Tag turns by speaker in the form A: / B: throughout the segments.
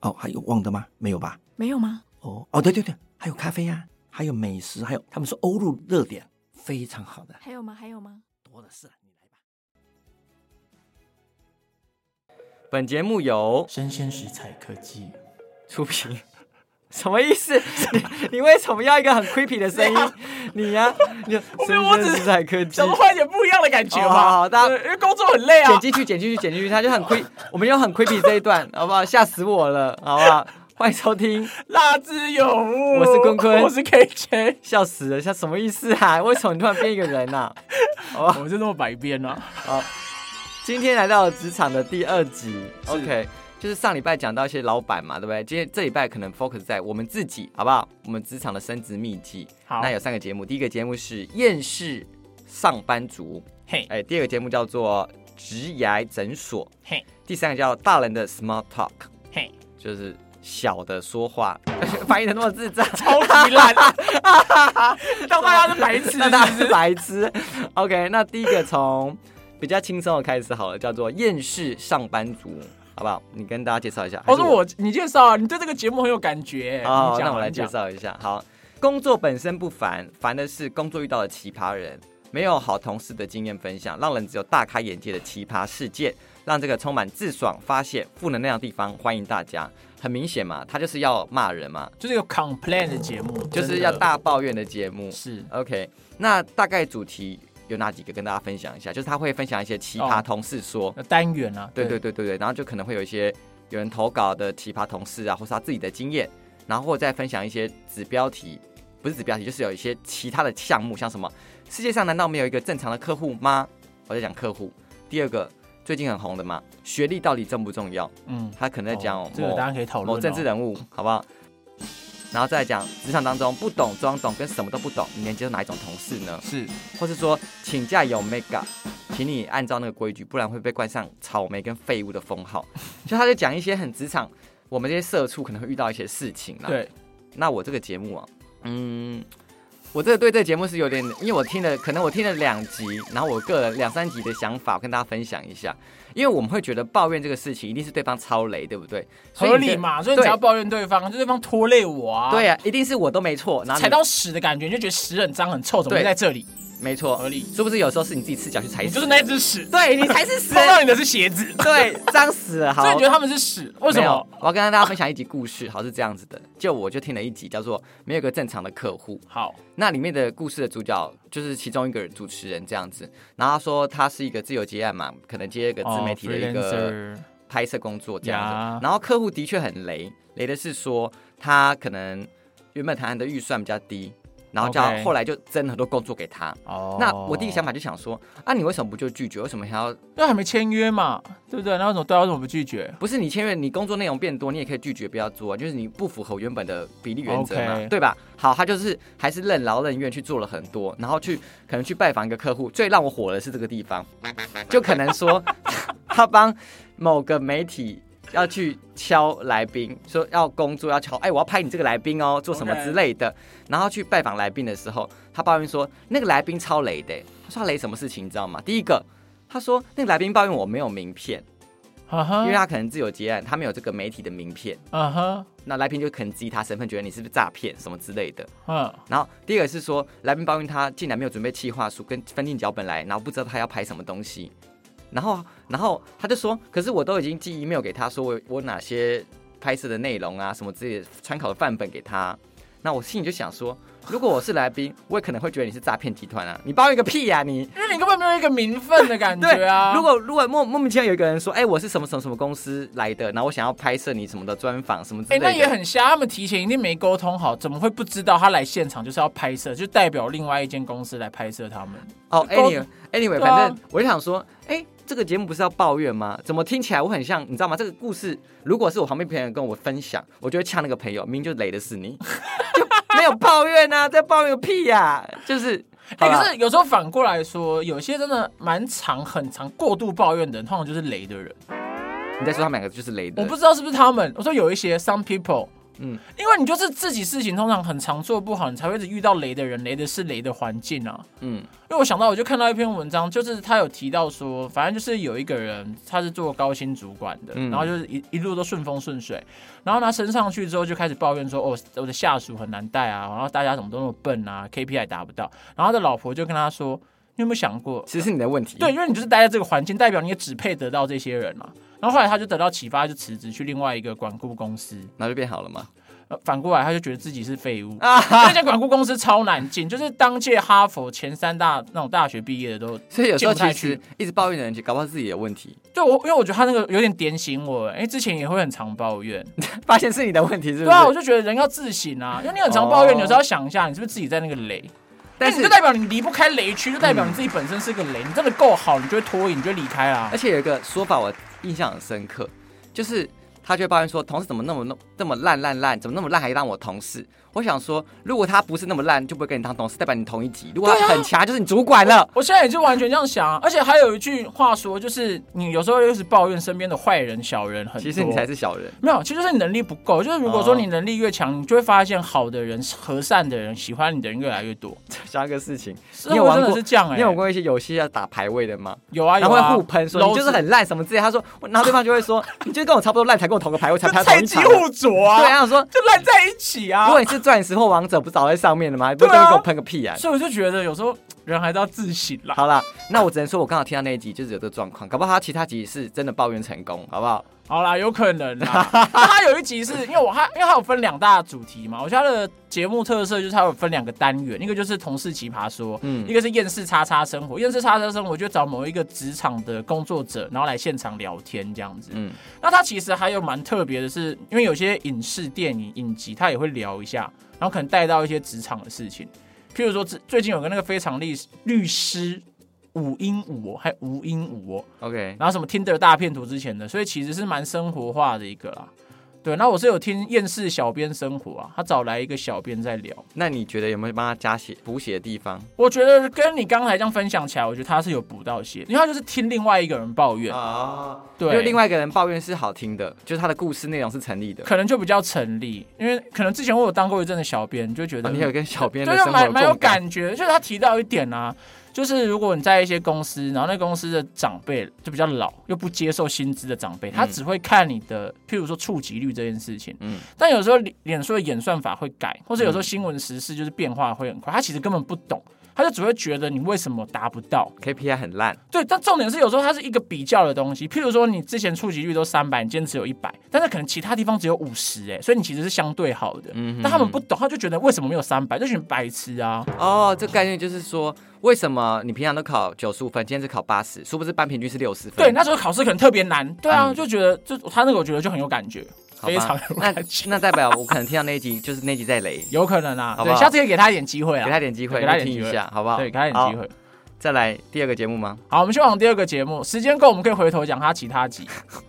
A: 哦，还有忘的吗？没有吧？
B: 没有吗？
A: 哦哦，对对对，还有咖啡呀、还有美食，还有他们说欧陆热点非常好的，
B: 还有吗？还有吗？
A: 多的是、啊，你来吧。
C: 本节目由
D: 生鲜食材科技，
C: 出品。什么意思？你你为什么要一个很 creepy 的声音？你呀、你
D: 我没有我只
C: 是在科技
D: 想说换一点不一样的感觉
C: 哦好
D: 嘛。
C: 好大家
D: 对因为工作很累啊
C: 剪。进去，剪进去，剪进去，他就很 creep，我们就很 creepy 这一段，好不好？吓死我了，好不好？欢迎收听，
D: 蜡之有物，
C: 我是坤坤
D: 我是 KJ，
C: 笑死了，像什么意思啊？为什么你突然变一个人呐、好吧，
D: 我就那么百变啊。
C: 今天来到了职场的第二集，OK，就是上礼拜讲到一些老板嘛，对不对？今天这礼拜可能 focus 在我们自己，好不好？我们职场的升职秘籍。
D: 好
C: 那有三个节目，第一个节目是厌世上班族，
D: 嘿，
C: 哎，第二个节目叫做职涯诊所，
D: 嘿，
C: 第三个叫大人的 small talk，
D: 嘿，
C: 就是小的说话， 翻译的那么智障，
D: 超级 烂，当大家是白痴，
C: 那大家
D: 是不
C: 是
D: 是？
C: 白痴。OK，那第一个从比较轻松的开始好了，叫做厌世上班族，好不好？你跟大家介绍一下。还
D: 我说我，你介绍啊，你对这个节目很有感觉。
C: 哦，
D: 你讲啊
C: 那我来
D: 你
C: 介
D: 讲
C: 绍一下。好，工作本身不烦，烦的是工作遇到的奇葩人，没有好同事的经验分享，让人只有大开眼界的奇葩事件，让这个充满自爽、发泄、负能量的地方欢迎大家。很明显嘛，他就是要骂人嘛，
D: 就是有 complain 的节目，
C: 就是
D: 真的
C: 要大抱嗯怨的节目。
D: 是
C: OK，那大概主题有哪几个跟大家分享一下？就是他会分享一些奇葩同事说，
D: 呃单元啊。
C: 对对对对对，然后就可能会有一些有人投稿的奇葩同事啊，或是他自己的经验，然后或者再分享一些子标题，不是子标题，就是有一些其他的项目，像什么世界上难道没有一个正常的客户吗？我在讲客户。第二个最近很红的嘛，学历到底重不重要？
D: 嗯，
C: 他可能在讲
D: 哦这个
C: 某
D: 大家可以讨论哦。
C: 某政治人物，好不好？然后再来讲职场当中不懂装懂跟什么都不懂，你能接受哪一种同事呢？
D: 是
C: 或是说请假有 make up，请你按照那个规矩，不然会被冠上草莓跟废物的封 号。就他就讲一些很职场，我们这些社畜可能会遇到一些事情啦。，
D: 对，
C: 那我这个节目啊，嗯，我这个对这个节目是有点，因为我听了，可能我听了两集，然后我个人两三集的想法跟大家分享一下，因为我们会觉得抱怨这个事情一定是对方超雷，对不对？所以
D: 合
C: 你
D: 理
C: 的
D: 嘛，所以你只要抱怨对方，就对方拖累我啊，
C: 对，啊，一定是我都没错，然后你
D: 踩到屎的感觉，你就觉得屎很脏很臭，怎么会
C: 对
D: 在这里？
C: 没错，
D: 合理
C: 是不是有时候是你自己赤脚去踩
D: 你
C: 死？
D: 就是那只屎，
C: 对你才是死
D: 碰，到你的是鞋子，
C: 对，脏死了。好，
D: 所以你觉得他们是屎？为什
C: 没
D: 么
C: 有？？我要跟大家分享一集故事，好是这样子的，就我就听了一集叫做《没有一个正常的客户》，
D: 好，
C: 那里面的故事的主角就是其中一个主持人这样子，然后他说他是一个自由接案嘛，可能接一个
D: 哦
C: 自媒体的一个拍摄工作这样子，
D: 呀
C: 然后客户的确很雷，雷的是说他可能原本谈的预算比较低，然后叫
D: OK
C: 后来就增很多工作给他。
D: 哦
C: 那我第一个想法就想说，啊，你为什么不就拒绝？为什么还要？
D: 因为还没签约嘛，对不对？那为什么对啊？为什么不拒绝？
C: 不是你签约，你工作内容变多，你也可以拒绝不要做啊，就是你不符合原本的比例原则嘛
D: OK
C: 对吧？好，他就是还是任劳任怨去做了很多，然后去可能去拜访一个客户。最让我火的是这个地方， 就可能说他帮某个媒体。要去敲来宾，说要工作要敲，哎、我要拍你这个来宾哦，做什么
D: OK
C: 之类的。然后去拜访来宾的时候，他抱怨说那个来宾超雷的、他说他雷什么事情，你知道吗？第一个，他说那个来宾抱怨我没有名片，
D: 啊哈，
C: 因为他可能自由结案，他没有这个媒体的名片，
D: 啊哈，
C: 那来宾就可能质疑他身份，觉得你是不是诈骗什么之类的。
D: 嗯，
C: 然后第二个是说，来宾抱怨他竟然没有准备企划书跟分镜脚本来，然后不知道他要拍什么东西。然后，然后他就说，可是我都已经寄 email 给他说我我哪些拍摄的内容啊，什么之类的参考的范本给他。那我心里就想说，如果我是来宾，我也可能会觉得你是诈骗集团啊！你包一个屁呀、你！
D: 因为你根本没有一个名分的感觉啊。
C: 如果如果莫莫名其妙有一个人说，哎、我是什么什么什么公司来的，然后我想要拍摄你什么的专访什么之
D: 哎、
C: 类的，
D: 那也很瞎，他们提前一定没沟通好，怎么会不知道他来现场就是要拍摄，就代表另外一间公司来拍摄他们？
C: 哦
D: 就沟
C: ，anyway anyway，
D: 对啊
C: 反正我就想说，哎、这个节目不是要抱怨吗？怎么听起来我很像，你知道吗？这个故事如果是我旁边朋友跟我分享，我就会呛那个朋友，明明就雷的是 你，就没有抱怨啊，在抱怨个屁呀、就是，好
D: 哎、
C: 啦
D: 可是有时候反过来说，有些真的蛮长、很长、过度抱怨的人，通常就是雷的人。
C: 你再说他们两个就是雷的，
D: 我不知道是不是他们，我说有一些 some people，
C: 嗯
D: 嗯，因为你就是自己事情通常很常做不好，你才会一直遇到雷的人，雷的是雷的环境啊。
C: 嗯
D: 因为我想到，我就看到一篇文章，就是他有提到说，反正就是有一个人，他是做高薪主管的，
C: 嗯
D: 然后就是一一路都顺风顺水，然后他升上去之后就开始抱怨说，哦，我的下属很难带啊，然后大家怎么都那么笨啊，KPI 达不到，然后他的老婆就跟他说，你有没有想过，
C: 其实是你的问题，
D: 对，因为你就是待在这个环境，代表你也只配得到这些人啊。然后后来他就得到启发，就辞职去另外一个管顾公司。
C: 然后就变好了嘛。
D: 呃反过来，他就觉得自己是废物。
C: 啊
D: 那家管顾公司超难进，就是当届哈佛前三大那种大学毕业的都。
C: 所以有时候
D: 进
C: 其
D: 不太
C: 实一直抱怨的人，搞不好自己有问题，
D: 就我，因为我觉得他那个有点点醒我，哎，之前也会很常抱怨。
C: 发现是你的问题，是不是？
D: 对啊，我就觉得人要自省啊，因为你很常抱怨，
C: 哦
D: 你有时候要想一下，你是不是自己在那个雷？
C: 但是
D: 因为你就代表你离不开雷区，就代表你自己本身是个雷。你真的够好，你就会脱颖，你就会离开啊啦
C: 而。且有一个说法我印象很深刻，就是他就会抱怨说同事怎么那么那这么烂烂烂，怎么那么烂还当我同事？我想说，如果他不是那么烂，就不会跟你当同事，代表你同一级；如果他很强，就是你主管了。
D: 我现在也就完全这样想、啊，而且还有一句话说，就是你有时候又是抱怨身边的坏人、小人很多，
C: 其实你才是哦小人，
D: 没有，其实就是你能力不够。就是如果说你能力越强，你就会发现好的人、和善的人、喜欢你的人越来越多。
C: 想一个事 情，
D: 社
C: 你有
D: 会
C: 玩
D: 真的
C: 过
D: 是这样哎、
C: 你有玩过一些游戏要打排位的吗？
D: 有啊
C: 然
D: 有
C: 后
D: 啊，
C: 会互喷说
D: 篓
C: 你就是
D: 子
C: 很烂什么之类。他说，我然后对方就会 说，你就跟我差不多烂，才跟我同个排位，才
D: 就
C: 排
D: 菜
C: 同一
D: 鸡
C: 场啊。
D: 互啄啊，
C: 对啊，我说
D: 就烂在一起啊
C: 如。果你是钻石或王者，不早在上面了吗？不
D: 对
C: 会
D: 啊
C: 跟我喷个屁啊！
D: 所以我就觉得有时候人还是要自省啦。
C: 好啦，那我只能说，我刚好听到那一集就是有这个状况，搞不好他其他集是真的抱怨成功，好不好？
D: 好啦，有可能 啦。那他有一集是因为我他因为他有分两大主题嘛，我觉得他的节目特色就是他有分两个单元，一个就是同事奇葩说，
C: 嗯
D: 一个是厌世叉叉生活，厌世叉叉生活就找某一个职场的工作者，然后来现场聊天这样子。
C: 嗯，
D: 那他其实还有蛮特别的是，因为有些影视、电影、影集，他也会聊一下，然后可能带到一些职场的事情，譬如说最最近有个那个非常律律师武英武、哦，还吴英武、哦，
C: OK，
D: 然后什么 Tinder 大片图之前的，所以其实是蛮生活化的一个啦。对，那我是有听厌世小编生活啊，他找来一个小编在聊，
C: 那你觉得有没有帮他加血补血的地方？
D: 我觉得跟你刚才这样分享起来，我觉得他是有补到些，因为他就是听另外一个人抱怨，
C: 啊，因
D: 对，
C: 为另外一个人抱怨是好听的，就是他的故事内容是成立的。
D: 可能就比较成立，因为可能之前我有当过一阵的小编，就觉得、
C: 啊、你有跟小编
D: 就
C: 的
D: 是
C: 生活
D: 蛮
C: 有
D: 蛮有
C: 共感，
D: 感觉，就是他提到一点啊，就是如果你在一些公司，然后那公司的长辈就比较老，又不接受薪资的长辈，他只会看你的，譬如说触及率这件事情。
C: 嗯
D: 嗯，但有时候脸脸书的演算法会改，或者有时候新闻时事就是变化会很快，他其实根本不懂，他就只会觉得你为什么达不到。
C: KPI 很烂，
D: 对，但重点是有时候它是一个比较的东西，譬如说你之前触及率都三百，你今天只有一百，但是可能其他地方只有五十，哎，所以你其实是相对好的。
C: 嗯哼
D: 但他们不懂，他就觉得为什么没有三百，这群白痴啊！
C: 哦，这概念就是说，为什么你平常都考九十五分，今天只考八十，殊不知班平均是六十分？
D: 对，那时候考试可能特别难，对啊，
C: 嗯
D: 就觉得就他那个我觉得就很有感觉，
C: 好吧
D: 非常有
C: 那
D: 感觉，
C: 那代表我可能听到那一集就是那一集在雷，
D: 有可能啊，
C: 好不
D: 对，
C: 好
D: 下次可以给他一点机会
C: 给
D: 啊，
C: 他点机会，
D: 对给他
C: 你
D: 点
C: 听
D: 机
C: 一
D: 会
C: 下，好不好？
D: 对，给他一点
C: 好
D: 机会。
C: 再来第二个节目吗？
D: 好，我们先往第二个节目，时间够，我们可以回头讲他其他集。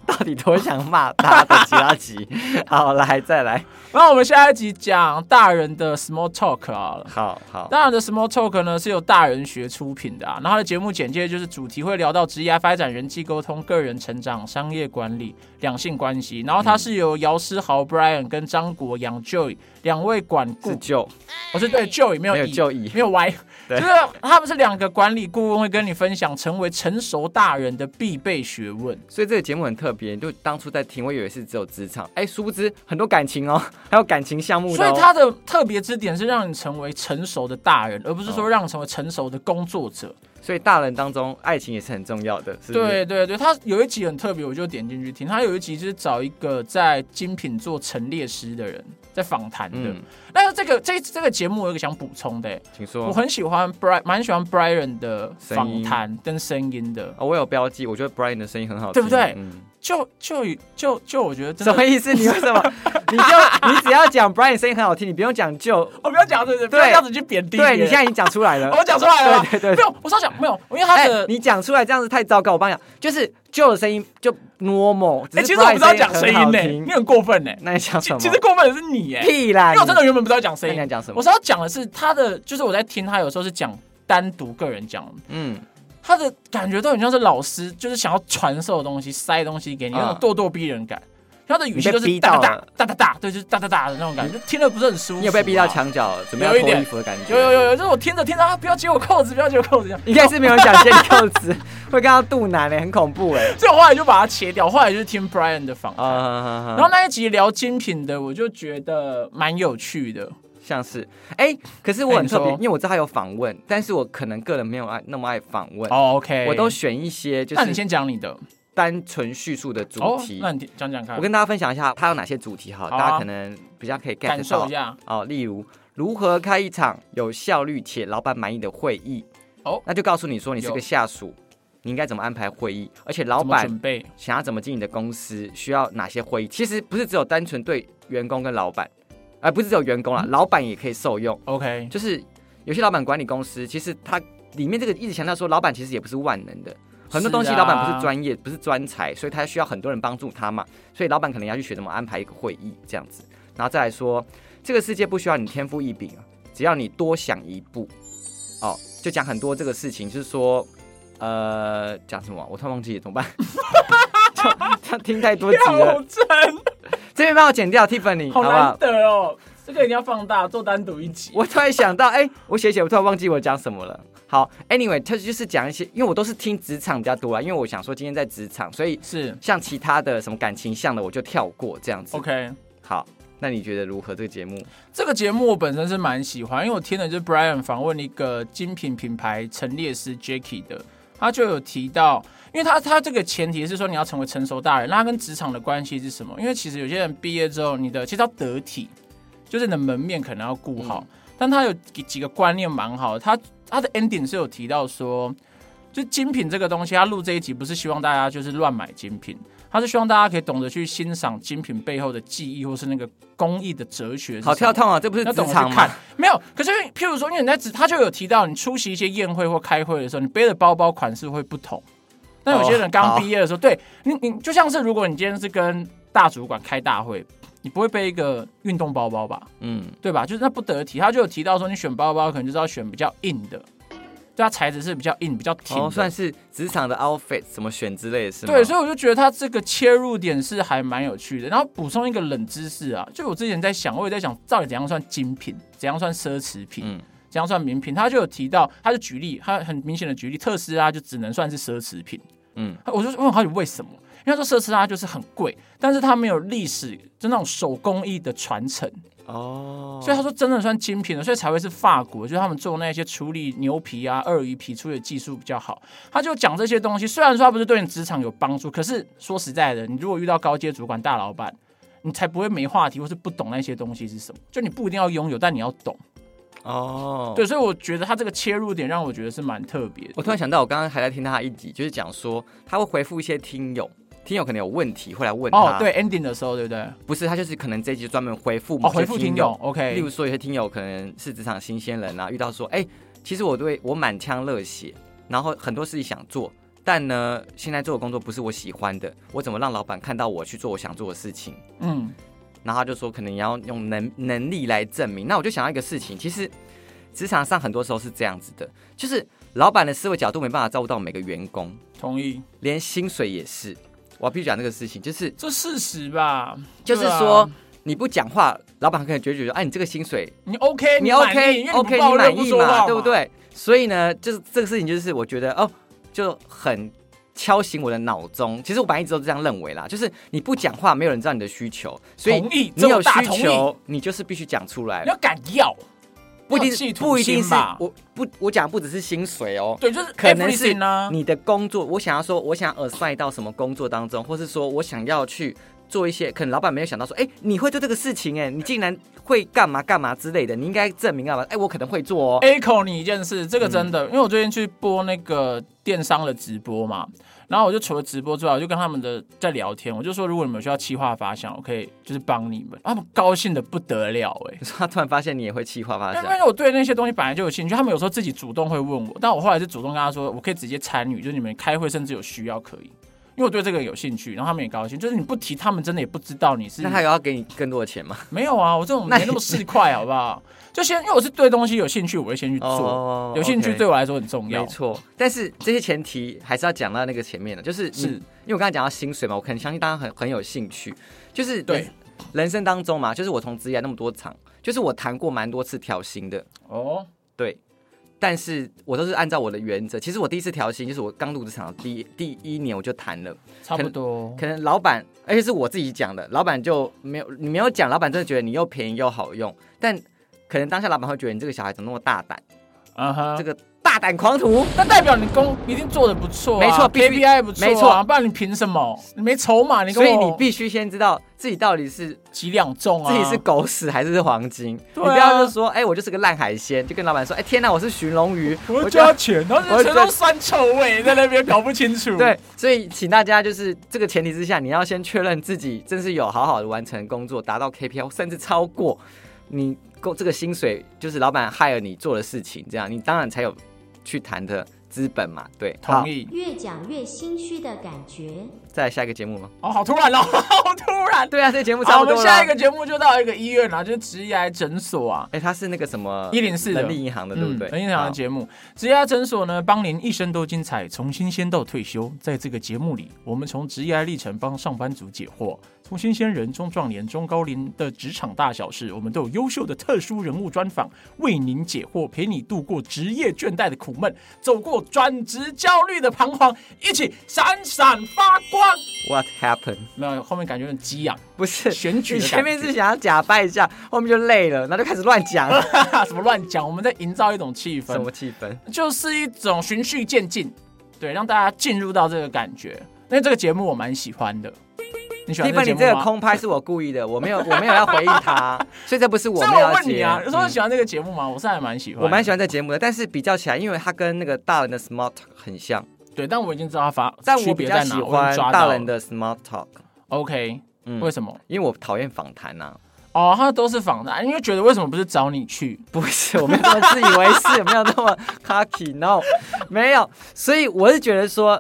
C: 到底多想骂他的其他集？ 好，来再来，
D: 然后我们下一集讲大人的 small talk 好了。
C: 好好，
D: 当然的，Small Talk 呢是由大人学出品的啊。然后它的节目简介就是主题会聊到职业发展、人际沟通、个人成长、商业管理、两性关系。然
C: 嗯
D: 后它是由姚诗豪 Brian 跟张国阳 Joy 两位管
C: 自
D: 顾，
C: 救，
D: 我是对 Joy 没有
C: 没有
D: E，
C: 就医，
D: 没有 Y，就
C: 对
D: 是他们是两个管理顾问会跟你分享成为成熟大人的必备学问。
C: 所以这个节目很特别，就当初在听，我以为是只有职场，哎、殊不知很多感情哦， 还有感情项目的、
D: 所
C: 哦。
D: 以它
C: 哦
D: 的特别之点是让你成为成熟的大人，而不是说让你成为成熟的工作者。
C: 所以大人当中，爱情也是很重要的，是不是？
D: 对对对，他有一集很特别，我就点进去听。他有一集就是找一个在精品做陈列师的人在访谈的。
C: 嗯，
D: 那这个这这个节目我有一个想补充的、欸
C: 请
D: 我
C: 说。
D: 很喜欢 Brian，蛮喜欢 Brian 的
C: 声
D: 访
C: 音
D: 谈跟声音的。
C: 哦，我有标记，我觉得 Brian 的声音很好听，
D: 对不对
C: 嗯，
D: 就就就就我觉得真
C: 什
D: 的
C: 么意思？你为什么？你就你只要讲 Brian 声音很好听，你不用讲 就
D: 哦我不要讲这个，不要这样子去贬低别人。
C: 对你现在已经讲出来了。
D: 我讲出来了吧，
C: 对对
D: 没
C: 对。
D: 有，我是讲没有，因为他
C: 哎、
D: 的。
C: 你讲出来这样子太糟糕。我帮你讲，就是旧的声音就 normal，只
D: 哎，
C: 是
D: 其实我
C: Brian
D: 不知道讲声
C: 声音
D: 音
C: 很
D: 呢、
C: 好听
D: 你很过分呢、
C: 那你讲什
D: 其
C: 么？
D: 其实过分的是你哎、
C: 屁啦！
D: 因为我真的
C: 你哎
D: 原本不知道讲
C: 那
D: 声
C: 你
D: 音
C: 想，讲什
D: 我
C: 么？
D: 是要讲的是他的，就是我在听他有时候是讲单独个人讲，
C: 嗯，
D: 他的感觉都很像是老师，就是想要传授的东西，塞东西给你，
C: 嗯
D: 那种咄咄逼人感。他的语
C: 你
D: 气
C: 被
D: 都是
C: 逼
D: 哒
C: 到
D: 哒
C: 了
D: 哒哒哒哒，对，就是哒哒哒的那种感觉，就听了不是很舒服。
C: 你有被逼到？墙角了，准备要
D: 有一
C: 脱
D: 点
C: 衣服的感觉。
D: 有有有有，就是我听着听着，啊不要解我扣子，不要解我扣子这样。
C: 应该是没有人想先扣子，会看到肚腩嘞、很恐怖 哎、
D: 所以我后来就把它切掉，后来就是听 Brian 的访谈。
C: 啊、
D: 然后那一集聊精品的，我就觉得蛮有趣的。
C: 像是哎、可是我
D: 哎
C: 很
D: 你
C: 特别，
D: 说
C: 因为我知道他有访问，但是我可能个人没有爱那么爱访问，
D: 哦，OK，
C: 我都选一些就
D: 那你
C: 是
D: 先讲你的
C: 单纯叙述的主
D: 哦，
C: 题。
D: 那你讲讲看，
C: 我跟大家分享一下他有哪些主题哈，
D: 好啊
C: 大家可能比较可以 get
D: 感受
C: 到
D: 一下。
C: 哦，例如如何开一场有效率且老板满意的会议。
D: 哦
C: 那就告诉你说你是
D: 有
C: 个下属，你应该怎么安排会议，而且老
D: 怎么
C: 板
D: 准备？
C: 想要怎么经营的公司，需要哪些会议？其实不是只有单纯对员工跟老板，而、不是只有员工啦，
D: 嗯
C: 老板也可以受用。
D: OK，
C: 就是有些老板管理公司，其实他里面这个一直强调说，老板其实也不是万能的，很多东西
D: 是啊
C: 老板不是专业，不是专才，所以他需要很多人帮助他嘛，所以老板可能要去学怎么安排一个会议这样子，然后再来说，这个世界不需要你天赋异禀啊，只要你多想一步，哦，就讲很多这个事情，就是说，呃，讲什么啊？我突然忘记了，怎么办？ 就他听太多集
D: 好
C: 了，
D: 真，
C: 这边帮我剪掉，Tiffany，
D: 好
C: 好不好
D: 难？得哦，这个一定要放大做单独一集。
C: 我突然想到，哎、我写写，我突然忘记我讲什么了。好，anyway，他就是讲一些，因为我都是听职场比较多啊，因为我想说今天在职场，所以
D: 是
C: 像其他的什么感情向的我就跳过这样子。
D: OK，
C: 好，那你觉得如何这个节目？
D: 这个节目我本身是蛮喜欢，因为我听的就是 Brian 访问一个精品品牌陈列师 Jacky 的，他就有提到，因为他他这个前提是说你要成为成熟大人，那他跟职场的关系是什么？因为其实有些人毕业之后，你的其实要得体，就是你的门面可能要顾好，
C: 嗯
D: 但他有几几个观念蛮好的，他他的 ending 是有提到说。就精品这个东西，他录这一集不是希望大家就是乱买精品，他是希望大家可以懂得去欣赏精品背后的技艺，或是那个工艺的哲学是什么。
C: 好跳痛啊，这不是
D: 要
C: 职
D: 懂得
C: 场
D: 去看
C: 吗？。
D: 没有，可是因为譬如说，因为你在职，他就有提到，你出席一些宴会或开会的时候，你背的包包款式会不同。那有些人
C: 哦
D: 刚
C: 好
D: 毕业的时候，对你，你就像是如果你今天是跟大主管开大会，你不会背一个运动包包吧？
C: 嗯，
D: 对吧？就是那不得体，他就有提到说，你选包包可能就是要选比较硬的，对它材质是比较硬、比较挺的。
C: 哦，算是职场的 outfit 怎么选之类的是吗？
D: 对，所以我就觉得他这个切入点是还蛮有趣的。然后补充一个冷知识啊，就我之前在想，我也在想，到底怎样算精品，怎样算奢侈品，
C: 嗯
D: 怎样算名品？他就有提到，他就举例，他很明显的举例，特斯拉就只能算是奢侈品。
C: 嗯，
D: 我就问他你为什么？因为他说奢侈拉就是很贵，但是它没有历史，就那种手工艺的传承，
C: 哦，
D: 所以他说真的算精品的，所以才会是法国，就是他们做那些处理牛皮啊、鳄鱼皮处理的技术比较好。他就讲这些东西，虽然说他不是对你职场有帮助，可是说实在的，你如果遇到高阶主管、大老板，你才不会没话题，或是不懂那些东西是什么。就你不一定要拥有，但你要懂。
C: 哦，
D: 对，所以我觉得他这个切入点让我觉得是蛮特别的。
C: 我突然想到，我刚刚还在听他一集，就是讲说他会回复一些听友，听友可能有问题会来问他。
D: 哦，对，ending 的时候，对不对？
C: 不是，他就是可能这一集就专门回复
D: 哦，
C: 某些
D: 回复听友
C: 例
D: ，OK，
C: 如说，有些听友可能是职场新鲜人啊，遇到说，哎、其实我对我满腔热血，然后很多事情想做，但呢，现在做的工作不是我喜欢的，我怎么让老板看到我去做我想做的事情？
D: 嗯，
C: 然后他就说，可能你要用能能力来证明。那我就想到一个事情，其实职场上很多时候是这样子的，就是老板的思维角度没办法照顾到每个员工，
D: 同意，
C: 连薪水也是。我要必须讲这个事情，就是
D: 这事实吧，
C: 就是
D: 对啊
C: 说、你不讲话，老板可能觉得觉得，哎、你这个薪水
D: 哎你 OK，
C: 你
D: 满意
C: OK
D: 因为你
C: OK
D: 不暴
C: 你
D: 热
C: 满
D: 不
C: 意
D: 说话嘛，
C: 对不？对？所以呢，就是这个事情，就是我觉得哦，就很敲醒我的脑中。其实我本来一直都是这样认为啦，就是你不讲话，没有人知道你的需求，所以
D: 同意，
C: 你
D: 这
C: 有
D: 么大
C: 需
D: 同意，
C: 求，你就是必须讲出来
D: 你。要敢要，
C: 不一定
D: 要企
C: 是
D: 图
C: 不一定
D: 心
C: 是
D: 吧
C: 我不我讲不只是薪水哦，
D: 对，就是
C: 可能是
D: everything 啊呢、
C: 你的工作，我想要说，我想 assign 到什么工作当中，或是说我想要去做一些，可能老板没有想到说，哎、你会做这个事情、哎，你竟然会干嘛干嘛之类的，你应该证明干嘛？哎、我可能会做哦。
D: echo 你一件事，这个
C: 嗯
D: 真的，因为我最近去播那个电商的直播嘛，然后我就除了直播之外，我就跟他们的在聊天，我就说如果你们需要企划发想，我可以就是帮你们，他们高兴的不得了哎、
C: 你说他突然发现你也会气化发
D: 因为
C: 展
D: 因，为我对那些东西本来就有兴趣，他们有时候自己主动会问我，但我后来是主动跟他说，我可以直接参与，就是你们开会甚至有需要可以，因为我对这个有兴趣，然后他们也高兴，就是你不提，他们真的也不知道你是
C: 那他有要给你更多的钱吗？
D: 没有啊，我这种没那么市 侩，好不好？就先因为我是对东西有兴趣，我会先去做，
C: 哦
D: 有兴趣
C: OK
D: 对我来说很重要
C: 没。错，但是这些前提还是要讲到那个前面的，就是你
D: 是
C: 因为我刚才讲到薪水嘛，我可能相信大家很很有兴趣，就是人
D: 对
C: 人生当中嘛，就是我从职业那么多场，就是我谈过蛮多次调薪的，
D: 哦，
C: 对，但是我都是按照我的原则。其实我第一次调薪就是我刚入职场的第一第一年我就谈了，
D: 差不多。
C: 可能老板，而且是我自己讲的，老板就没有你没有讲，老板真的觉得你又便宜又好用，但可能当下老板会觉得你这个小孩怎么那么大胆，
D: 嗯哼，
C: 这个大胆狂徒。
D: 那代表你工一定做的不错啊，
C: 没错必须
D: ，KPI 也不错啊，
C: 没错
D: 不然你凭什么？你没筹码，你跟
C: 所以
D: 我
C: 你必须先知道自己到底是
D: 几两重啊？
C: 自己是狗屎还是黄金，
D: 对
C: 你
D: 啊
C: 不要就说哎、我就是个烂海鲜，就跟老板说哎、天哪我是寻龙鱼，
D: 我要
C: 就要
D: 加钱，然后
C: 我
D: 人
C: 就
D: 全都酸臭味在那边搞不清 楚。
C: 对，所以请大家就是这个前提之下，你要先确认自己真是有好好的完成工作，达到 KPI 甚至超过你工这个薪水，就是老板 hire 你做的事情，这样你当然才有去谈的资本嘛。对，好
D: 同。意。
E: 越讲越心虚的感觉。
C: 再来下一个节目吗？
D: 哦，好突然哦， 好突然。
C: 对啊，这个节目
D: 好，
C: 差
D: 我
C: 不多
D: 们
C: 了。
D: 下一个，节目就到一个医院啦，就是职业癌诊所啊。
C: 哎、他是那个什么
D: 104的
C: 人力银行的，对不对？
D: 嗯很常的节目，植牙诊所呢，帮您一生都精彩，从新鲜到退休。在这个节目里，我们从职业历程帮上班族解惑，从新鲜人、中壮年、中高龄的职场大小事，我们都有优秀的特殊人物专访，为您解惑，陪你度过职业倦怠的苦闷，走过转职焦虑的彷徨，一起闪闪发光。
C: 好 What happened？
D: 没有，后面感觉很激昂，
C: 不是
D: 选举
C: 你
D: 的
C: 前
D: 感
C: 面
D: 觉
C: 是想要假扮一下，后面就累了，然后就开始乱 讲，
D: 哈哈， 什么乱讲？我们在营造一种气氛
C: 什，么气氛？
D: 就是一种循序渐进，对，让大家进入到这个感觉。因为这个节目我蛮喜欢的，你喜欢这个
C: Tiffany，
D: 节
C: 你这个
D: 目吗？
C: 空拍是我故意的，我没有，我没有要回应 他，所以这不是我
D: 所以
C: 们要
D: 我问
C: 接
D: 你啊，你说
C: 嗯
D: 你喜欢这个节目吗？我是还蛮喜欢，
C: 我蛮喜欢这节目的，但是比较起来，因为它跟那个大人的 Smart Talk 很像，
D: 欢，对，但我已经知道它发
C: 但
D: 区
C: 我比
D: 别
C: 较
D: 在
C: 喜
D: 哪，我已经
C: 欢
D: 抓到
C: 大
D: 了
C: 人的 Smart Talk，
D: OK，、
C: 嗯
D: 为什么？
C: 因为我讨厌访谈啊 呐。
D: 哦，他都是访谈，因为觉得为什么不是找你去？
C: 不是，我没有那么自以为是， 没有那么 cocky，no，没有，所以我是觉得说，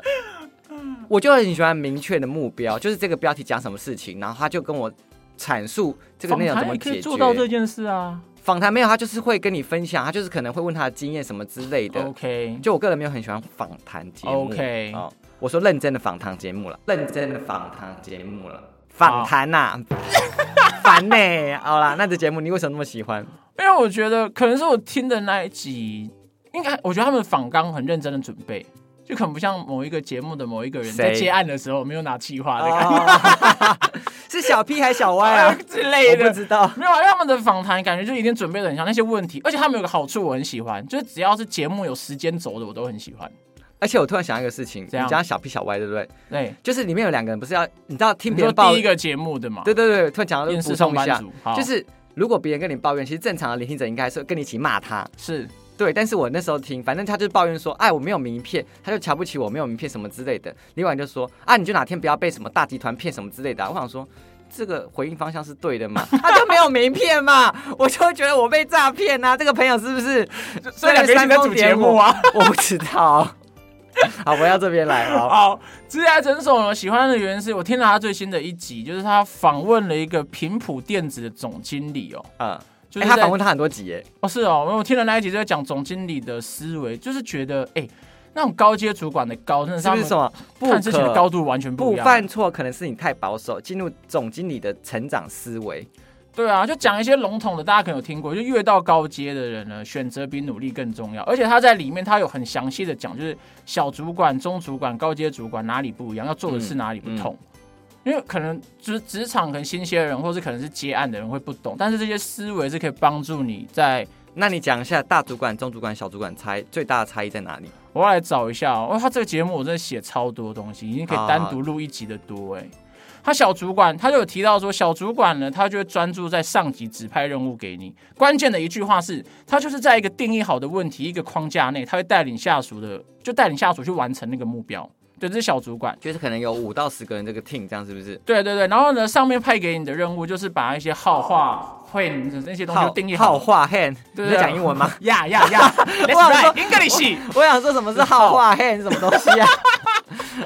C: 我就很喜欢明确的目标，就是这个标题讲什么事情，然后他就跟我阐述这个内容
D: 访
C: 怎
D: 谈
C: 么
D: 也可
C: 解决
D: 以做。到这件事啊。
C: 访谈没有，他就是会跟你分享，他就是可能会问他的经验什么之类的。
D: OK，
C: 就我个人没有很喜欢访谈节目。
D: OK
C: 哦，我说认真的访谈节目了，认真的访谈节目了，访谈 呐、烦呢、好啦，那这节目你为什么那么喜欢？
D: 因为我觉得可能是我听的那一集，应该我觉得他们访纲很认真的准备，就可能不像某一个节目的某一个人在
C: 谁
D: 接案的时候没有拿企划的 感觉。
C: 哦 是小 P 还小 Y 啊？
D: 之类
C: 我不
D: 的。
C: 知道。
D: 没有啊，因为他们的访谈感觉就已经准备的很像那些问题，而且他们有个好处我很喜欢，就是只要是节目有时间轴的我都很喜欢。
C: 而且我突然想到一个事情，你
D: 怎样
C: 讲小 P 小 Y 对不对？
D: 对，
C: 就是里面有两个人不是要，你知道听
D: 你
C: 别
D: 说
C: 人抱
D: 第一
C: 怨，
D: 个节目的嘛，
C: 对对对，突然讲到
D: 电
C: 补
D: 视
C: 充
D: 上
C: 一
D: 班
C: 下，
D: 族，哦好
C: 就是如果别人跟你抱怨，其实正常的聆听者应该是跟你一起骂他，
D: 是
C: 对，但是我那时候听，反正他就抱怨说，哎，我没有名片，他就瞧不起我没有名片什么之类的。另外就说，啊，你就哪天不要被什么大集团骗什么之类的啊、我想说，这个回应方向是对的嘛？他就没有名片嘛，我就觉得我被诈骗呐、啊，这个朋友是不是？
D: 这两个人在主节目啊。
C: 我不知道。好，回到这边来哦好，
D: 好，植牙诊所呢，喜欢的原因是我听了他最新的一集，就是他访问了一个平谱电子的总经理哦，
C: 嗯，
D: 就
C: 哎
D: 是
C: 他
D: 在
C: 访问他很多集耶，
D: 哦，是哦，因为我听了那一集就在讲总经理的思维，就是觉得哎、那种高阶主管的高，真的是
C: 是
D: 他
C: 不
D: 们
C: 是什么不
D: 看之前的高
C: 可
D: 度完全不
C: 不
D: 一样。啊
C: 犯错，可能是你太保守，进入总经理的成长思维。
D: 对啊，就讲一些笼统的，大家可能有听过。就越到高阶的人呢，选择比努力更重要。而且他在里面，他有很详细的讲，就是小主管、中主管、高阶主管哪里不一样，要
C: 嗯
D: 做的事哪里不同。因为可能职职场可能新鲜人，或是可能是接案的人会不懂，但是这些思维是可以帮助你在
C: 那你讲一下大主管、中主管、小主管差最大的差异在哪里？
D: 我要来找一下哦，哦他这个节目我真的写超多东西，已经可以
C: 啊
D: 单独录一集的多哎。他小主管，他就有提到说，小主管呢，他就会专注在上级指派任务给你。关键的一句话是，他就是在一个定义好的问题、一个框架内，他会带领下属的，就带领下属去完成那个目标。对，这是小主管。
C: 就是可能有五到十个人这个 team 这样是不是？
D: 对对对，然后呢，上面派给你的任务就是把一些浩化、会那些东西都定义
C: 浩
D: 好。
C: 化 hand，
D: 对
C: 你在讲英文吗？
D: 呀呀呀！Let's
C: 我想说
D: write English。
C: 我想说什么是浩化 hand 什么东 西啊？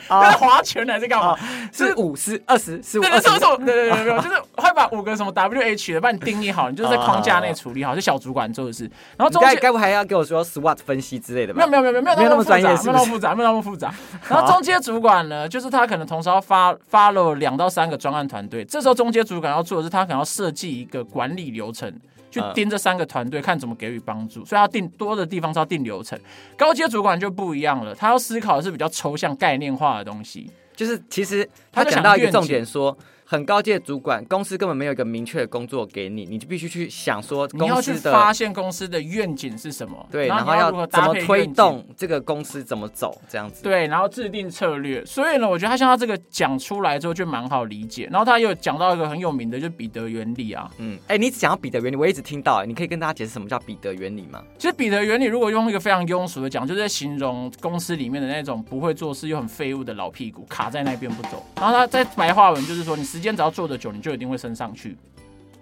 D: 那
C: 啊，
D: 划拳来在干嘛？
C: 是五十二十十五
D: 对
C: 二
D: 对，
C: 十
D: 是不是？对对对对，就是会把五个什么 WH 的帮你定义好，你就是在框架内处理好，就小主管做的事。然后
C: 哦你
D: 中
C: 该
D: 间
C: 该不还要给我说 SWOT 分析之类的吧？
D: 没有没有没有没有
C: 没有那么
D: 复杂
C: 专业是不
D: 没有那么
C: 是？
D: 复杂，没有那么复杂。然后中间主管呢，就是他可能同时要发 follow 两到三个专案团队，这时候中间主管要做的是，他可能要设计一个管理流程。去
C: 嗯
D: 盯这三个团队，看怎么给予帮助，所以他定多的地方是要定流程。高阶主管就不一样了，他要思考的是比较抽象、概念化的东西。
C: 就是其实他
D: 他就想
C: 讲到一个重点说。很高阶的主管，公司根本没有一个明确的工作给你，你就必须去想说
D: 你要
C: 公
D: 去
C: 司
D: 发
C: 的
D: 现公司的愿景是什么，
C: 对，
D: 然
C: 然
D: 后
C: 后
D: 你要如何
C: 怎
D: 搭
C: 么
D: 配
C: 推
D: 愿景，
C: 动这个公司怎么走这样子。
D: 对，然后制定策略。所以呢，我觉得他像他这个讲出来之后就蛮好理解。然后他又讲到一个很有名的，就是彼得原理啊。
C: 嗯，哎、你讲到彼得原理，我一直听到、哎，你可以跟大家解释什么叫彼得原理吗？
D: 其实彼得原理如果用一个非常庸俗的讲，就是在形容公司里面的那种不会做事又很废物的老屁股，卡在那边不走。然后他在白话文就是说，你时间只要做得久，你就一定会升上去。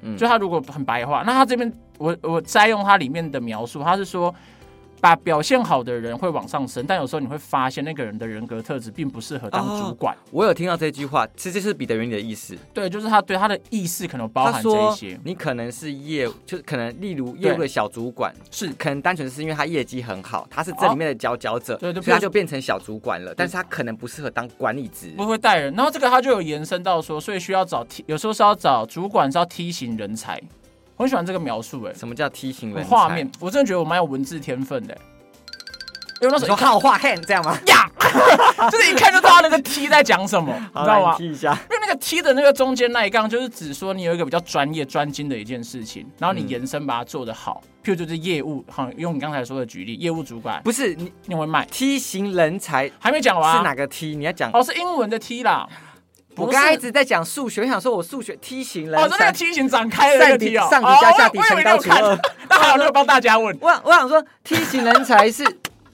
C: 嗯
D: 就他如果很白话，那他这边我我摘用他里面的描述，他是说。把表现好的人会往上升，但有时候你会发现那个人的人格特质并不适合当
C: 哦
D: 主管。
C: 我有听到这句话，其实就是彼得原理的意思。
D: 对，就是他对他的意识可能包
C: 他
D: 含这一
C: 说
D: 些，，
C: 你可能是业务，就是可能例如业务
D: 对
C: 的小主管，
D: 是
C: 可能单纯是因为他业绩很好，他是这里面的佼佼者，
D: 对就
C: 所以他
D: 不
C: 就变成小主管了，但是他可能不适合当管理职。
D: 不会带人。然后这个他就有延伸到说，所以需要找 T，有时候是要找主管是要 T 型人才。我很喜欢这个描述、欸，
C: 什么叫梯形人
D: 哎，
C: 才
D: 画面，，我真的觉得我蛮有文字天分的、欸因为那
C: 你
D: 时
C: 说
D: 候
C: 好画 hand 这样吗？
D: 就是一看就知道那个 T 在讲什么，你知道吗？
C: 踢一下。
D: 因为那个 T 的那个中间那一杠，就是指说你有一个比较专业、专精的一件事情，然后你
C: 嗯
D: 延伸把它做得好。譬如就是业务，好，用你刚才说的举例，业务主管
C: 不是你
D: 你会卖，
C: 梯形人才是
D: 还没讲完啊、
C: 哪个梯？你要讲。
D: 哦，是英文的 T 啦。
C: 我
D: 不
C: 刚才一
D: 是。
C: 直在讲数学，我想说我数学梯形人才。
D: 哦，就那个梯形展开的那个
C: 上底
D: 梯哦，
C: 上底
D: 哦
C: 加
D: 我
C: 下底
D: 我以为
C: 乘
D: 你
C: 高
D: 有
C: 除
D: 看
C: 二。
D: 那还好，没有帮大 家问。
C: 我想我想说梯形人才是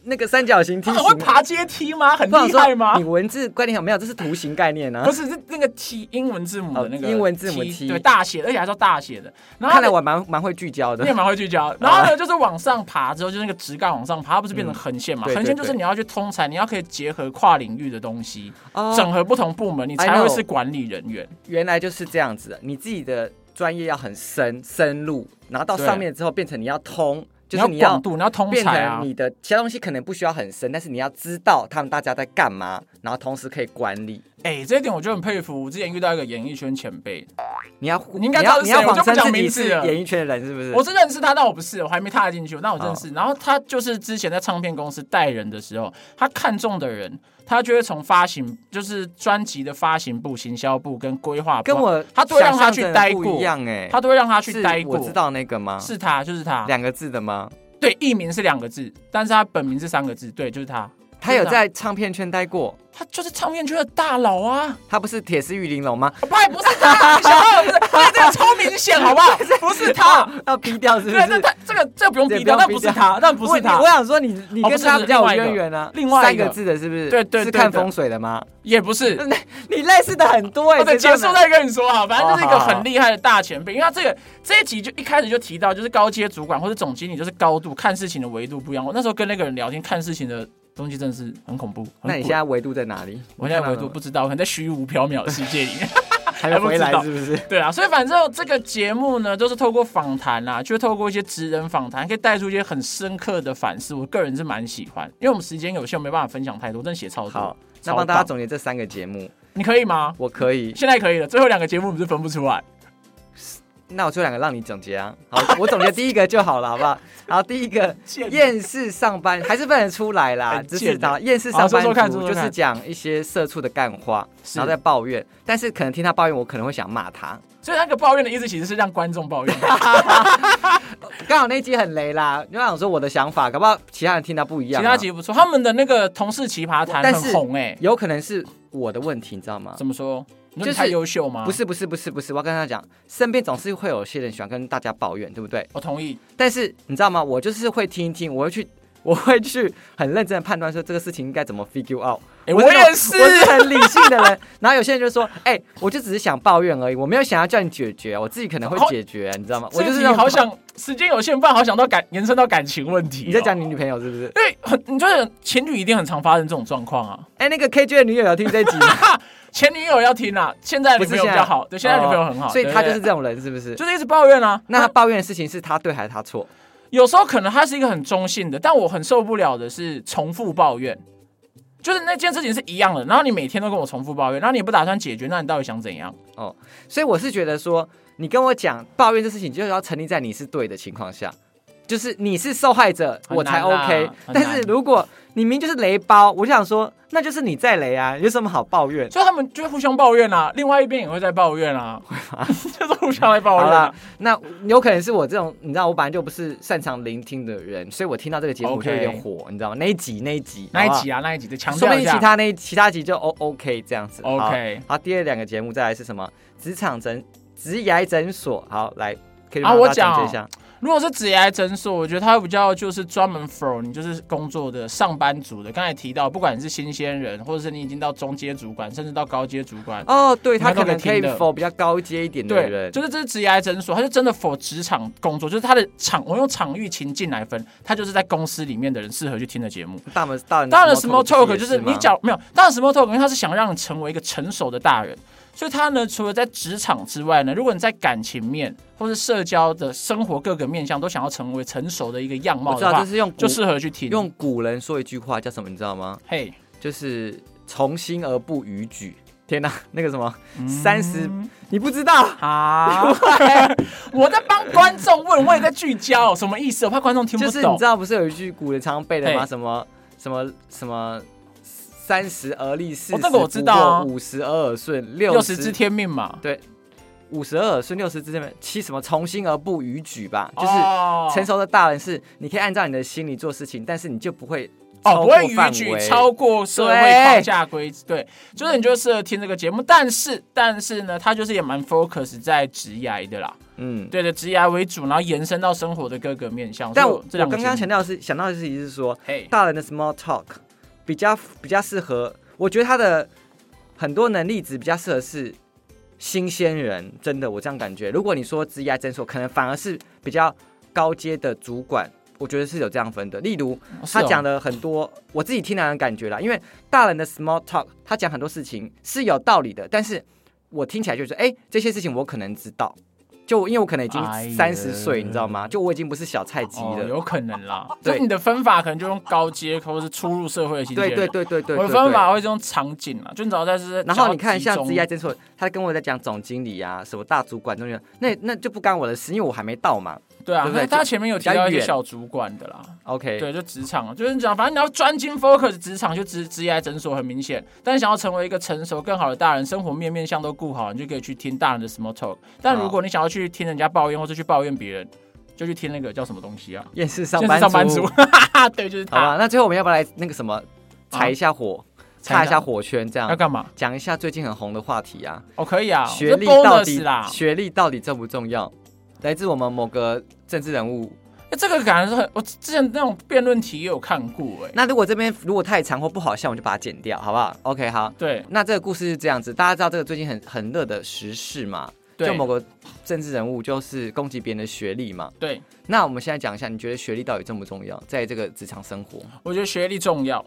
C: 那个三角形梯
D: 他
C: 形。
D: 很会爬阶梯吗？很
C: 不想
D: 厉害
C: 说
D: 吗
C: 你？文字观念好没有？这是图形概念啊
D: 不。是，是那个 T 英文字母的那个
C: 哦英文字母 T
D: 对，大写的，而且还是要大写的。然后
C: 看来
D: 呢
C: 我啊蛮蛮会聚焦的
D: 你也。蛮会 聚焦。然后呢，就是往上爬之后，就是那个直杆往上爬，它不是变成横线嘛？
C: 嗯对对
D: 横线就是
C: 对
D: 你要去通才，你要可以结合跨领域的东西，
C: 哦
D: 整合不同部门，你
C: I
D: 才会
C: know
D: 是管理人员。
C: 原来就是这样子，你自己的专业要很深深入，然后到
D: 对
C: 上面之后变成你要通，就是
D: 你
C: 你
D: 要广
C: 要
D: 度，你要通
C: 变
D: 才啊
C: 成。你的其他东西可能不需要很深，但是你要知道他们大家在干嘛，然后同时可以管理。
D: 哎，这一点我就很佩服。我之前遇到一个演艺圈前辈，
C: 你要
D: 你应该知
C: 要
D: 道是
C: 你
D: 谁
C: 要
D: 我就
C: 谎
D: 不
C: 称
D: 讲
C: 自己
D: 名字
C: 是
D: 了
C: 演艺圈的人是不是？
D: 我是认识他，但我不是，我还没踏进去。那我认识，然后他就是之前在唱片公司带人的时候，他看中的人，他就会从发行，就是专辑的发行部、行销部跟规划部，啊
C: 跟我
D: 他都会让他去
C: 想象
D: 待
C: 中的不
D: 过
C: 一样哎，
D: 他都会让他去
C: 是
D: 待过。
C: 我知，道那个吗？
D: 是他，就是他。
C: 两个字啊的吗？
D: 对，艺名是两个字，但是他本名是三个字。对，就是他，
C: 他有在唱片圈待过，
D: 他就是唱片圈的大佬啊！
C: 他不是铁丝玉玲珑吗？
D: 拍不是他，小二不是，哎这个超明显，好 不好？不是他，
C: 要逼掉是不
D: 对，那
C: 是？
D: 他这个这个不用
C: 这
D: 逼
C: 不
D: 掉，
C: 用
D: 但
C: 逼
D: 不是
C: 掉
D: 他，但不
C: 我
D: 是他
C: 我，想说你你
D: 哦不
C: 跟
D: 是
C: 他
D: 不是
C: 比较
D: 另外
C: 有
D: 一个
C: 渊源啊，
D: 另外一个
C: 三个字的是不是？
D: 对对
C: 是
D: 对
C: 看
D: 对
C: 风水的吗？
D: 也不是。
C: 你认识的很多哎、
D: 或者
C: 谁知道
D: 结
C: 呢
D: 束再跟你说啊，反正就是一个
C: 哦好好
D: 很厉害的大前辈，因为他这个这一集就一开始就提到，就是高阶主管或者总经理，就是高度看事情的维度不一样。我那时候跟那个人聊天，看事情的东西真的是很恐怖。很
C: 那你
D: 诡
C: 现在维度在哪里？
D: 我现在维
C: 看到
D: 度
C: 了吗
D: 不知道，可能在虚无缥缈的世界里面。
C: 还没回
D: 还不
C: 来
D: 知
C: 是不是？
D: 对啊，所以反正这个节目呢，都是透过访谈啦，就是透过一些职人访谈，可以带出一些很深刻的反思。我个人是蛮喜欢，因为我们时间有限，没办法分享太多，真的写超
C: 好
D: 多。，
C: 那帮大家
D: 走，
C: 总结这三个节目，
D: 你可以吗？
C: 我可以。
D: 现在可以了，最后两个节目我们是分不出来。
C: 那我就两个让你总结啊。好，我总结第一个就好了，好不好？好，第一个
D: 贱
C: 厌世上班还是不能出来啦，
D: 很
C: 就
D: 贱
C: 是的厌世上
D: 好说说
C: 班
D: 看
C: 族
D: 说
C: 就
D: 说看
C: 是讲一些社畜的干话，
D: 是
C: 然后在抱怨，但是可能听他抱怨，我可能会想骂他。
D: 所以那个抱怨的意思其实是让观众抱怨，
C: 刚好那一集很雷啦，就想说我的想法，搞不好其他人听到不 一
D: 其
C: 样啊。
D: 他集不错，他们的那个同事奇葩谈
C: 但
D: 很
C: 是
D: 红哎、
C: 有可能是我的问题，你知道吗？
D: 怎么说？你说
C: 就
D: 你
C: 是
D: 太优秀吗？
C: 不，是不是不是不是，我要跟他讲，身边总是会有些人喜欢跟大家抱怨，对不对？
D: 我同意。
C: 但是你知道吗？我就是会听一听，我会去，我会去很认真的判断说这个事情应该怎么 figure out。
D: 哎
C: 我那种
D: 也是，
C: 我是很理性的人。然后有些人就说：“哎、我就只是想抱怨而已，我没有想要叫你解决，啊我自己可能会解决，啊你知道吗？”我
D: 这
C: 就是
D: 题
C: 那种
D: 好。想时间有限，不然好想到感延伸到感情问题哦、
C: 你在讲你女朋友是不是？
D: 因为很，你觉得情侣一定很常发生这种状况啊？
C: 哎、那个 KJ 的女友有听这一 集吗，
D: 前女友要听啊，现在的女朋友比较好，对，现在的女朋友很好，
C: 哦所以
D: 对
C: 她
D: 对
C: 就是这种人，是不是？
D: 就是一直抱怨啊。
C: 那她抱怨的事情是她对还是她错？
D: 有时候可能他是一个很中性的，但我很受不了的是重复抱怨，就是那件事情是一样的，然后你每天都跟我重复抱怨，然后你也不打算解决，那你到底想怎样？
C: 所以我是觉得说，你跟我讲抱怨这事情，就是要成立在你是对的情况下，就是你是受害者，
D: 很
C: 我才
D: 难啊
C: OK、
D: 很难
C: 但是如果你明明就是雷包，我就想说，那就是你在雷啊，有什么好抱怨？
D: 所以他们就会互相抱怨啊，另外一边也会在抱怨 啊，就是互相在抱
C: 好
D: 怨、
C: 啦
D: 啊。，
C: 那有可能是我这种，你知道，我本来就不是擅长聆听的人，所以我听到这个节目我
D: OK
C: 就有点火，你知道吗？那一集，那一集，
D: 那一
C: 好不好
D: 集啊，那一集再强
C: 说
D: 调
C: 不
D: 一
C: 定
D: 下
C: 其他那一其他集就 O OK 这样子。好
D: OK
C: 好，第二两个节目再来是什么？职场诊、职涯诊所。好，来，可以
D: 啊
C: 帮
D: 我
C: 大家
D: 讲
C: 讲
D: 哦
C: 一下。
D: 如果是职业癌诊所，我觉得它比较就是专门 for 你就是工作的上班族的。刚才提到，不管你是新鲜人，或者是你已经到中阶主管，甚至到高阶主管，
C: 哦，对他
D: 应该
C: 可
D: 都可以
C: 能可以
D: 听的
C: for 比较高阶一点的
D: 对，
C: 人，
D: 就是这是职业癌诊所，它就真的 for 职场工作，就是它的场，我用场域情境来分，它就是在公司里面的人适合去听的节目。
C: 大门大人
D: 当然
C: small
D: ，small
C: talk
D: talk
C: 不
D: 就是
C: 也吗
D: 你讲没有，当然 small talk，因为它是想让你成为一个成熟的大人，所以它呢，除了在职场之外呢，如果你在感情面或是社交的生活各个面向都想要成为成熟的一个样
C: 我
D: 貌
C: 知
D: 的
C: 道，
D: 话
C: 这，是用古
D: 就适合去听。
C: 用古人说一句话叫什么？你知道吗？
D: 嘿，
C: 就是从心而不逾矩。天哪， 那个什么
D: 嗯
C: 三十，你不知道？
D: 好，我在帮观众问，我也在聚焦，什么意思？我怕观众听
C: 就
D: 不
C: 是你
D: 懂
C: 知。道不是有一句古人常常背的吗？
D: 嘿
C: 什么什么什么三十而立，四
D: 哦
C: 十
D: 这个我知道啊
C: 五十而耳顺，
D: 六
C: 六
D: 十知
C: 十
D: 天命嘛，
C: 五十而耳顺，六十知天命，七什么从心而不逾矩吧？就是
D: 哦
C: 成熟的大人是你可以按照你的心理做事情，但是你就不会
D: 哦，
C: 超
D: 不
C: 过
D: 会逾
C: 范
D: 矩，
C: 围。
D: 超过社会
C: 对
D: 框架规则。对，就是你就适合听这个节目，但是但是呢，它就是也蛮 focus 在职涯的啦，
C: 嗯，
D: 对的，职涯为主，然后延伸到生活的各个面向。
C: 但
D: 所以
C: 我我
D: 这两个
C: 刚刚
D: 节
C: 强
D: 目，
C: 调的是想到的事情是说，
D: 嘿，
C: 大人的 small talk 比较比较适合，我觉得他的很多能力值比较适合是新鲜人，真的我这样感觉。如果你说职业诊所，可能反而是比较高阶的主管，我觉得是有这样分的。例如
D: 哦
C: 他讲
D: 的
C: 的很多，我自己听来的感觉啦，因为大人的 small talk，他讲很多事情是有道理的，但是我听起来就是，哎、这些事情我可能知道。就因为我可能已经
D: 哎呀
C: 三十岁，你知道吗？就我已经不是小菜鸡
D: 哦，
C: 了。
D: 有可能啦。
C: 对
D: 就是你的分法可能就用高阶或是初入社会的新鲜
C: 对
D: 人
C: 对对对对，
D: 我的
C: 对
D: 分
C: 对
D: 法会是用场景啊，就你找到是
C: 然后你看像
D: 职
C: G I 诊所，他跟我在讲总经理啊，什么大主管中间，那那就不干我的事，因为我还没到嘛。
D: 对啊
C: 对不，对
D: 他前面有提到一
C: 比较
D: 些
C: 远
D: 小主管的啦，
C: OK，
D: 对，就职场，就是你讲，反正你要专精 focus 职场，就职职业诊所很明显。但是想要成为一个成熟、更好的大人，生活面面向都顾好，你就可以去听大人的 small talk。但如果你想要去听人家抱怨，或者去抱怨别人，就去听那个叫什么东西啊？
C: 厌世上
D: 就是
C: 班
D: 上班
C: 族
D: 族，， 哈哈，对，就是
C: 好
D: 他。
C: 吧。那最后我们要不要来那个什 么，踩一下火，
D: 啊踩
C: 擦
D: 一下
C: 一下火圈，这
D: 要
C: 样
D: 干嘛？
C: 讲一下最近很红的话题啊，
D: 哦，可以啊，
C: 学历
D: 这 bonus
C: 到底
D: 啦，
C: 学历到底重不重要？来自我们某个政治人物。
D: 哎这个感觉是很，我之前那种辩论题也有看过、哎，
C: 那如果这边如果太长或不好笑，我们就把它剪掉，好不好？OK，好。
D: 对
C: 那这个故事是这样子，大家知道这个最近很很热的时事嘛？
D: 对
C: 就某个政治人物就是攻击别人的学历嘛。
D: 对，
C: 那我们现在讲一下，你觉得学历到底重不重要，在这个职场生活？
D: 我觉得学历重要，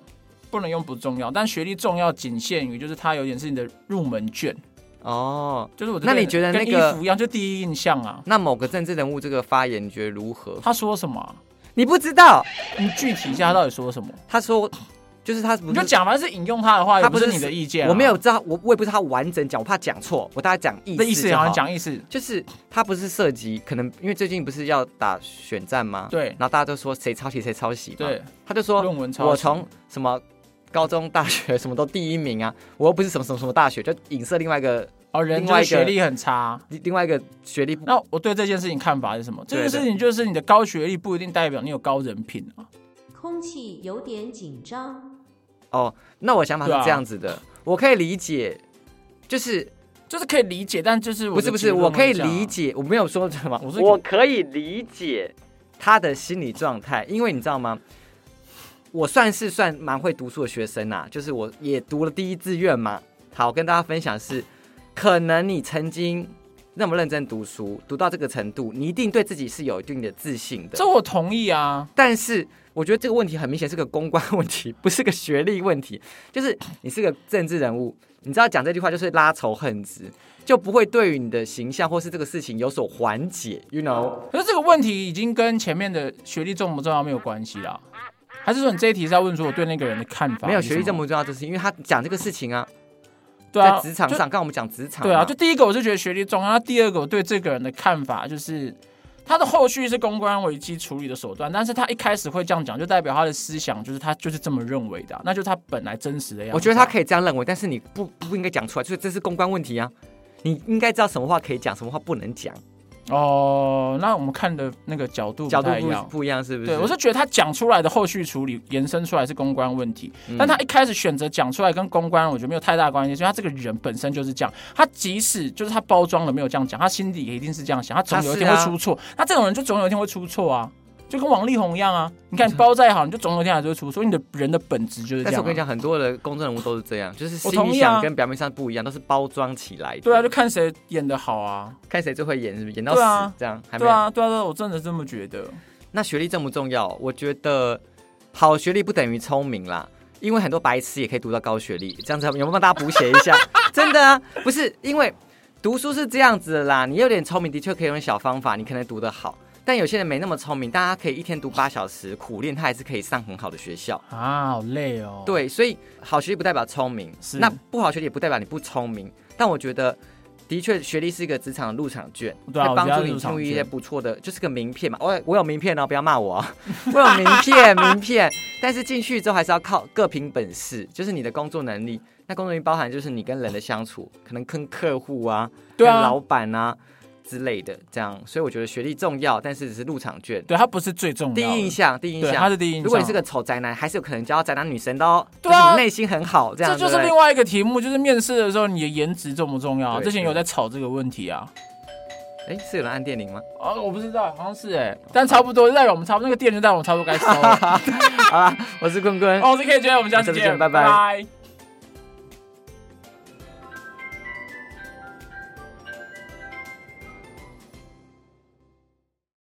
D: 不能用不重要，但学历重要仅限于就是它有点是你的入门券。
C: 哦，
D: 就是我这
C: 那
D: 边
C: 你觉得
D: 跟
C: 那个
D: 衣服一样，就第一印象啊？
C: 那某个政治人物这个发言，你觉得如何？
D: 他说什么啊、
C: 你不知道，
D: 你具体一下，他到底说什么？
C: 他说就是他不，
D: 你就是讲，反正是引用他的话，
C: 他
D: 也
C: 不
D: 不
C: 是
D: 是你的意见啊、
C: 我没有知道，我我也不知道他完整讲，我怕讲错，我大概讲意
D: 这
C: 思
D: 意思，
C: 就
D: 好
C: 好
D: 像。讲意思。
C: 就是他不是涉及，可能因为最近不是要打选战吗？
D: 对
C: 然后大家都说谁抄袭谁抄袭嘛，
D: 对，
C: 他就说
D: 论文抄袭
C: 我从 什么高中、大学什么都第一名啊，我又不是什么什么什么大学，就影射另外一个
D: 哦，人
C: 另
D: 就
C: 外
D: 是
C: 一个
D: 学历很差。
C: 另另外一个学历不
D: 那我对这件事情看法是什么？这
C: 对
D: 件
C: 对
D: 事情就是你的高学历不一定代表你有高人品啊。
E: 空气有点紧张，
C: 哦，那我想法是
D: 对啊
C: 这样子的，我可以理解，就是
D: 就是可以理解，但就是我
C: 不是不是，我可以理
D: 解，
C: 解，我没有说什么，
D: 我
C: 啊我
D: 是
C: 可以理解他的心理状态，因为你知道吗？我算是算蛮会读书的学生呐、就是我也读了第一志愿嘛。好，我跟大家分享是，可能你曾经那么认真读书，读到这个程度，你一定对自己是有一定的自信的。
D: 这我同意啊。
C: 但是我觉得这个问题很明显是个公关问题，不是个学历问题。 就是你是个政治人物，你知道讲这句话就是拉仇恨值，就不会对于你的形象或是这个事情有所缓解，you know？
D: 可是这个问题已经跟前面的学历重不重要没有关系啦。还是说你这一题是要问出我对那个人的看法？
C: 没有学历这
D: 这么
C: 么重要，就是因为他讲这个事情啊，
D: 对啊，
C: 在职场上，
D: 就
C: 刚刚我们讲职场嘛，
D: 对啊，就第一个我是觉得学历重要，那第二个我对这个人的看法就是，他的后续是公关危机处理的手段，但是他一开始会这样讲，就代表他的思想就是他就是这么认为的啊、那就是他本来真实的样子啊。
C: 我觉得他可以这样认为，但是你不不应该讲出来，就是这是公关问题啊。你应该知道什么话可以讲，什么话不能讲，
D: 哦，那我们看的那个角度
C: 角
D: 不
C: 度
D: 太一
C: 不
D: 样。
C: 不一样，是不是？
D: 对，我是觉得他讲出来的后续处理延伸出来是公关问题，
C: 嗯，
D: 但他一开始选择讲出来跟公关，我觉得没有太大关系，所以他这个人本身就是这样。他即使就是他包装了没有这样讲，他心底也一定是这样想，他总有一天
C: 他
D: 会
C: 是啊
D: 出错。那这种人就总有一天会出错啊，就跟王力宏一样啊。你看你包再好，你就总有一天还是会出错，所以你的人的本质就是这
C: 但是
D: 样、
C: 我跟你
D: 啊。
C: 讲，很多的公众人物都是这样，就是
D: 我
C: 心
D: 同
C: 里
D: 意啊
C: 想跟表面上不一样，都是包装起来的。
D: 对啊，就看谁演的好啊。
C: 看谁最会演，是不是演到
D: 对啊
C: 死这样？还没
D: 对
C: 有。
D: 啊，对啊，对啊，我真的这么觉得。
C: 那学历重不重要？我觉得好学历不等于聪明啦，因为很多白痴也可以读到高学历，这样子有没有帮大家补写一下？ 真的啊，不是因为读书是这样子的啦，你有点聪明的确可以用小方法，你可能读得好。但有些人没那么聪明，大家可以一天读八小时苦练，他还是可以上很好的学校。
D: 啊，好累哦。，
C: 对，所以好学历不代表聪明，
D: 是
C: 那不好学历也不代表你不聪明。但我觉得，的确学历是一个职场的入场券，
D: 对啊
C: 会帮
D: 我觉
C: 助
D: 得
C: 你
D: 入场
C: 进入一些
D: 券
C: 不错的，就是个名片嘛。我我有名片哦，不要骂我、哦，我有名片，名片。 但是进去之后还是要靠各凭本事，就是你的工作能力。那工作能力包含就是你跟人的相处，可能跟客户啊，
D: 对啊
C: 跟老板啊之类的这样。所以我觉得学历重要，但是只是入场券。
D: 对他不是最重要的。
C: 第一印象，第一印
D: 对，
C: 象，
D: 他是第一印象。
C: 如果你是个丑宅男，还是有可能交到宅男女神的哦。
D: 对啊
C: 就是你内心很好，这样
D: 这就是
C: 对不对
D: 另外一个题目，就是面试的时候你的颜值重不重要啊？
C: 对
D: 之前有在吵这个问题啊。
C: 哎，是有人按电铃吗？
D: 啊，我不知道，好像是哎、但差不多，就代表我们差不多 那个店就代表我们差不多该收了。
C: 好啦，我是坤坤。
D: 哦，我是 KJ，我们下次
C: 下次
D: 见，
C: 见拜拜
D: 拜